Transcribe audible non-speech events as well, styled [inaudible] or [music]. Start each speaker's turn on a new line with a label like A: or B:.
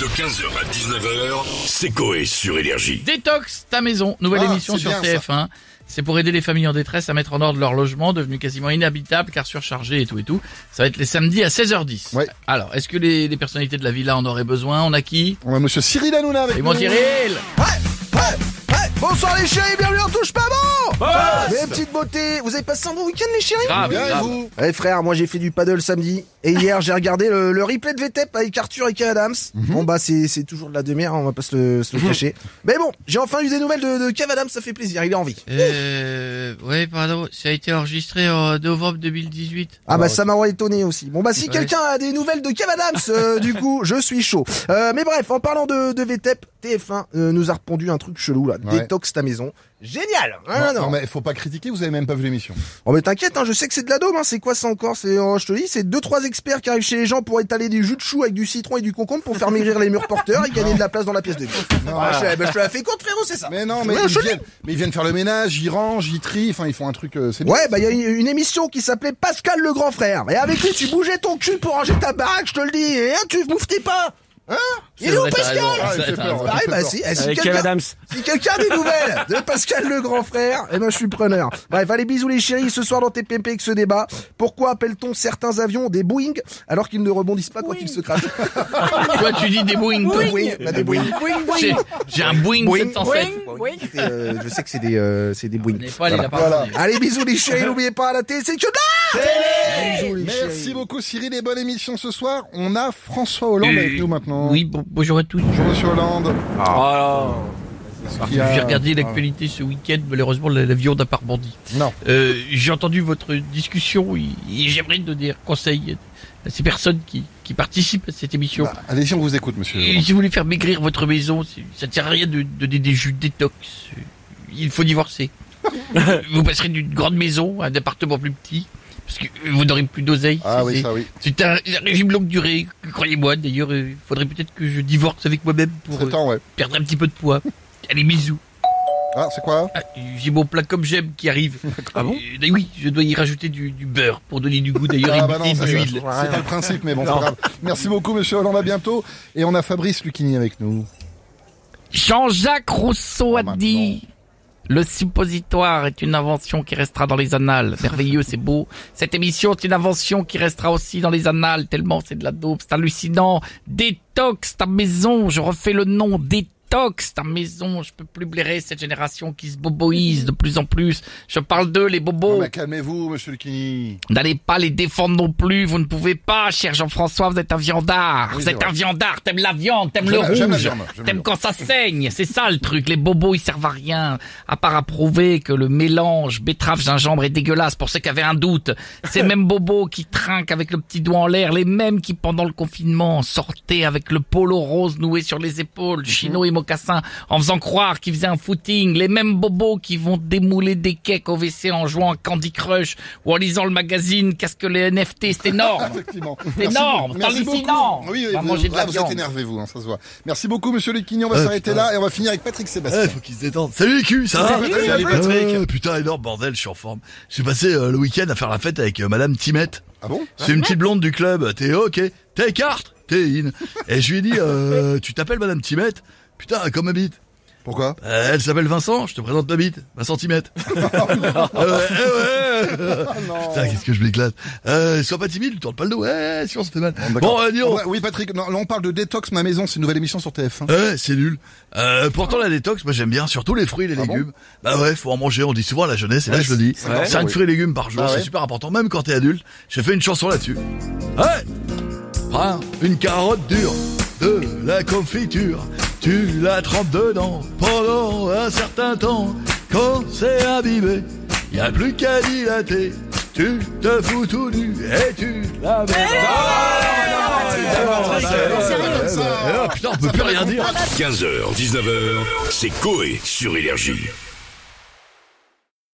A: De 15h à 19h, c'est Coé sur Énergie.
B: Détox ta maison, nouvelle
C: Ah,
B: émission
C: c'est
B: sur
C: bien,
B: TF1. C'est pour aider les familles en détresse à mettre en ordre leur logement devenu quasiment inhabitable car surchargé et tout et tout. Ça va être les samedis à 16h10.
C: Ouais.
B: Alors, est-ce que les, les personnalités de la villa en auraient besoin On a qui
C: On a monsieur Cyril Hanouna avec
B: Et mon
C: nous.
B: Cyril
D: Ouais, ouais, ouais. Bonsoir les chéris, bienvenue en touche pas bon Mes petites beautés, vous avez passé un bon week-end les chéris
B: Grave,
C: Bien, et
B: grave.
C: vous
D: Eh frère, moi j'ai fait du paddle samedi et hier j'ai regardé le, le replay de VTEP avec Arthur et Kev Adams. Bon bah c'est c'est toujours de la demi-heure, on va pas se le, se le cacher. Mais bon, j'ai enfin eu des nouvelles de, de Kev Adams, ça fait plaisir, il est en vie.
B: Euh, ouais, pardon, ça a été enregistré en novembre 2018.
D: Ah bah ça m'a étonné aussi. Bon bah si
B: Ouais.
D: quelqu'un a des nouvelles de Kev Adams, euh, du coup je suis chaud. Euh, mais bref, en parlant de, E de VTEP, TF1 euh, nous a répondu un truc chelou là,
C: Ouais.
D: détox ta maison. Génial
C: Non,
D: Ah, non, non.
C: non, mais faut pas critiquer, vous avez même pas vu l'émission.
D: Oh mais t'inquiète, hein, je sais que c'est de la daube, hein, c'est quoi ça encore C'est, oh, je te dis, c'est deux trois experts qui arrivent chez les gens pour étaler des jus de chou avec du citron et du concombre pour faire maigrir les murs porteurs et gagner de la place dans la pièce de vie. Ah, je, bah, je te la fais courte frérot, c'est ça.
C: Mais non, mais
D: Ouais,
C: ils,
D: je le
C: viennent, mais ils viennent faire le ménage, ils rangent, ils trient, enfin ils font un truc, euh, c'est bien.
D: Ouais, bah il y a une, une émission qui s'appelait Pascal le grand frère. Et avec lui, tu bougeais ton cul pour ranger ta baraque, je te le dis. Et hein, tu bouffes tes pains. Hein Il
B: C'est
D: est où
B: vrai, t'as
D: Pascal
B: raison.
C: Ah, il fait
B: Attends,
C: peur,
B: attends.
C: il
D: Ah,
C: fait
D: bah
C: peur.
D: si, eh, si
E: Avec Kev
D: quelqu'un-
E: Adams.
D: Si quelqu'un a des nouvelles de Pascal le grand frère, eh ben je suis preneur. Bref, allez bisous les chéris, ce soir dans TPP avec ce débat. Pourquoi appelle-t-on certains avions des Boeing alors qu'ils ne rebondissent pas quand ils se crachent
B: Toi, tu dis des Boeing, toi.
D: Des Boeing, bah, des Boeing.
B: J'ai j'ai un Boeing,
D: Boeing,
B: 707.
D: C'est, euh, je sais que c'est des, euh, c'est des Boeing.
B: On n'est pas allé là
C: Voilà.
D: Allez bisous les
B: [laughs]
D: chéris, n'oubliez pas la télé, c'est que de la Bisous, les
C: Merci
D: chéris.
C: beaucoup Cyril et bonne émission ce soir. On a François Hollande avec nous maintenant.
B: Oui, Ah. bon- bonjour à tous.
C: Bonjour Monsieur Hollande. Ah.
B: Ah,
C: Qui a- Ah.
B: J'ai regardé l'actualité ce week-end, malheureusement la- l'avion n'a pas rebondi.
C: Non.
B: Euh, J'ai entendu votre discussion et et j'aimerais donner un conseil à ces personnes qui, qui participent à cette émission.
C: Bah, Allez-y, on vous écoute Monsieur.
B: Et
C: Hollande.
B: si vous voulez faire maigrir votre maison, c'est- ça ne sert à rien de donner des jus de détox. Il
C: [laughs]
B: faut divorcer. vous passerez d'une grande maison à un appartement plus petit. Parce que vous n'aurez plus d'oseille.
C: Ah
B: C'est-
C: oui, ça oui.
B: C'est un, un régime longue durée, croyez-moi. D'ailleurs, euh, il faudrait peut-être que je divorce avec moi-même pour
C: C'est
B: euh,
C: temps, ouais.
B: perdre un petit peu de poids. Allez, bisous.
C: Ah, c'est quoi
B: Ah, J'ai mon plat comme j'aime
C: [laughs]
B: qui arrive.
E: Ah bon
B: Euh, mais Oui, je dois y rajouter du, du beurre pour donner du goût d'ailleurs
C: Ah
B: et-
C: bah non,
B: et
C: ça,
B: de
C: c'est
B: l'huile.
C: c'est pas le principe, mais bon, c'est pas grave. Merci beaucoup Monsieur Hollande, à bientôt. Et on a Fabrice Lucchini avec nous.
B: Jean-Jacques Rousseau a
C: Oh,
B: dit Le suppositoire est une invention qui restera dans les annales. Merveilleux, c'est beau. Cette émission est une invention qui restera aussi dans les annales, tellement c'est de la dope, c'est hallucinant. Détox ta maison, je refais le nom, détox ta maison, je peux plus blairer cette génération qui se boboise de plus en plus. Je parle d'eux, les bobos.
C: Non, mais Ah, bah, calmez-vous Monsieur Lucchini.
B: N'allez pas les défendre non plus, vous ne pouvez pas, cher Jean-François, vous êtes un viandard.
C: Oui,
B: vous
C: c'est
B: êtes
C: vrai.
B: un viandard, t'aimes la viande, t'aimes le
C: J'aime la- j'aime la viande,
B: rouge,
C: j'aime la
B: t'aimes
C: viande.
B: quand ça saigne, c'est ça le truc. Les bobos, ils servent à rien, à part à prouver que le mélange betterave gingembre est dégueulasse pour ceux qui avaient un doute. Ces mêmes bobos qui trinquent avec le petit doigt en l'air, les mêmes qui pendant le confinement sortaient avec le polo rose noué sur les épaules, chino et mocassin, en faisant croire qu'ils faisaient un footing, les mêmes bobos qui vont démouler des cakes au WC en jouant à Candy Crush ou en lisant le magazine Qu'est-ce que les NFT, c'est énorme.
C: Effectivement.
B: C'est
C: Merci
B: énorme,
C: beaucoup.
B: c'est
C: Merci
B: hallucinant.
C: beaucoup. Oui,
B: On va
C: vous,
B: manger de
C: là,
B: la
C: vous
B: viande.
C: êtes énervé, vous, hein, ça se voit. Merci beaucoup, monsieur Lucchini. On va s'arrêter là et on va finir avec Patrick Sébastien.
F: Ouais, Eh, faut qu'ils se détendent. Salut les culs, ça va
C: Salut, salut, Patrick.
F: Ouais, putain, énorme bordel, je suis en forme. J'ai passé euh, le week-end à faire la fête avec euh, Madame Timette.
C: Ah bon
F: C'est une petite blonde du club. T'es ok, t'es carte, t'es in. Et je lui ai dit, euh, tu t'appelles Madame Timette Putain, comme ma bite.
C: Pourquoi
F: Euh, elle s'appelle Vincent, je te présente ma bite, ma [laughs] centimètre. Ah ouais, eh ouais.
B: Ah
F: Putain, qu'est-ce que je m'éclate. Euh, sois pas timide, tourne pas le dos. Eh, sinon ça fait mal.
C: d'accord.
F: Bon, euh, dis donc.
C: On va- Oui, Patrick, non, là, on parle de Détox Ma Maison, c'est une nouvelle émission sur TF1.
F: Ouais, Eh, c'est nul. Euh, pourtant la détox, moi j'aime bien, surtout les fruits et les
C: Ah bon
F: légumes. bah ouais, faut en manger, on dit souvent à la jeunesse, et là
C: Ouais,
F: je le dis.
C: c'est- ouais.
F: 5
C: Oui.
F: fruits et légumes par jour,
C: Ah
F: c'est
C: ouais.
F: super important, même quand t'es adulte. J'ai fait une chanson là-dessus. Ouais Prends une carotte dure, de la confiture, tu la trempes dedans pendant un certain temps. Quand c'est abîmé, y a plus qu'à dilater. Tu te fous tout nu et tu la mets.
C: Patrick.
F: Ah, putain, on peut plus rien dire.
A: 15h, 19h, c'est Coé sur Énergie.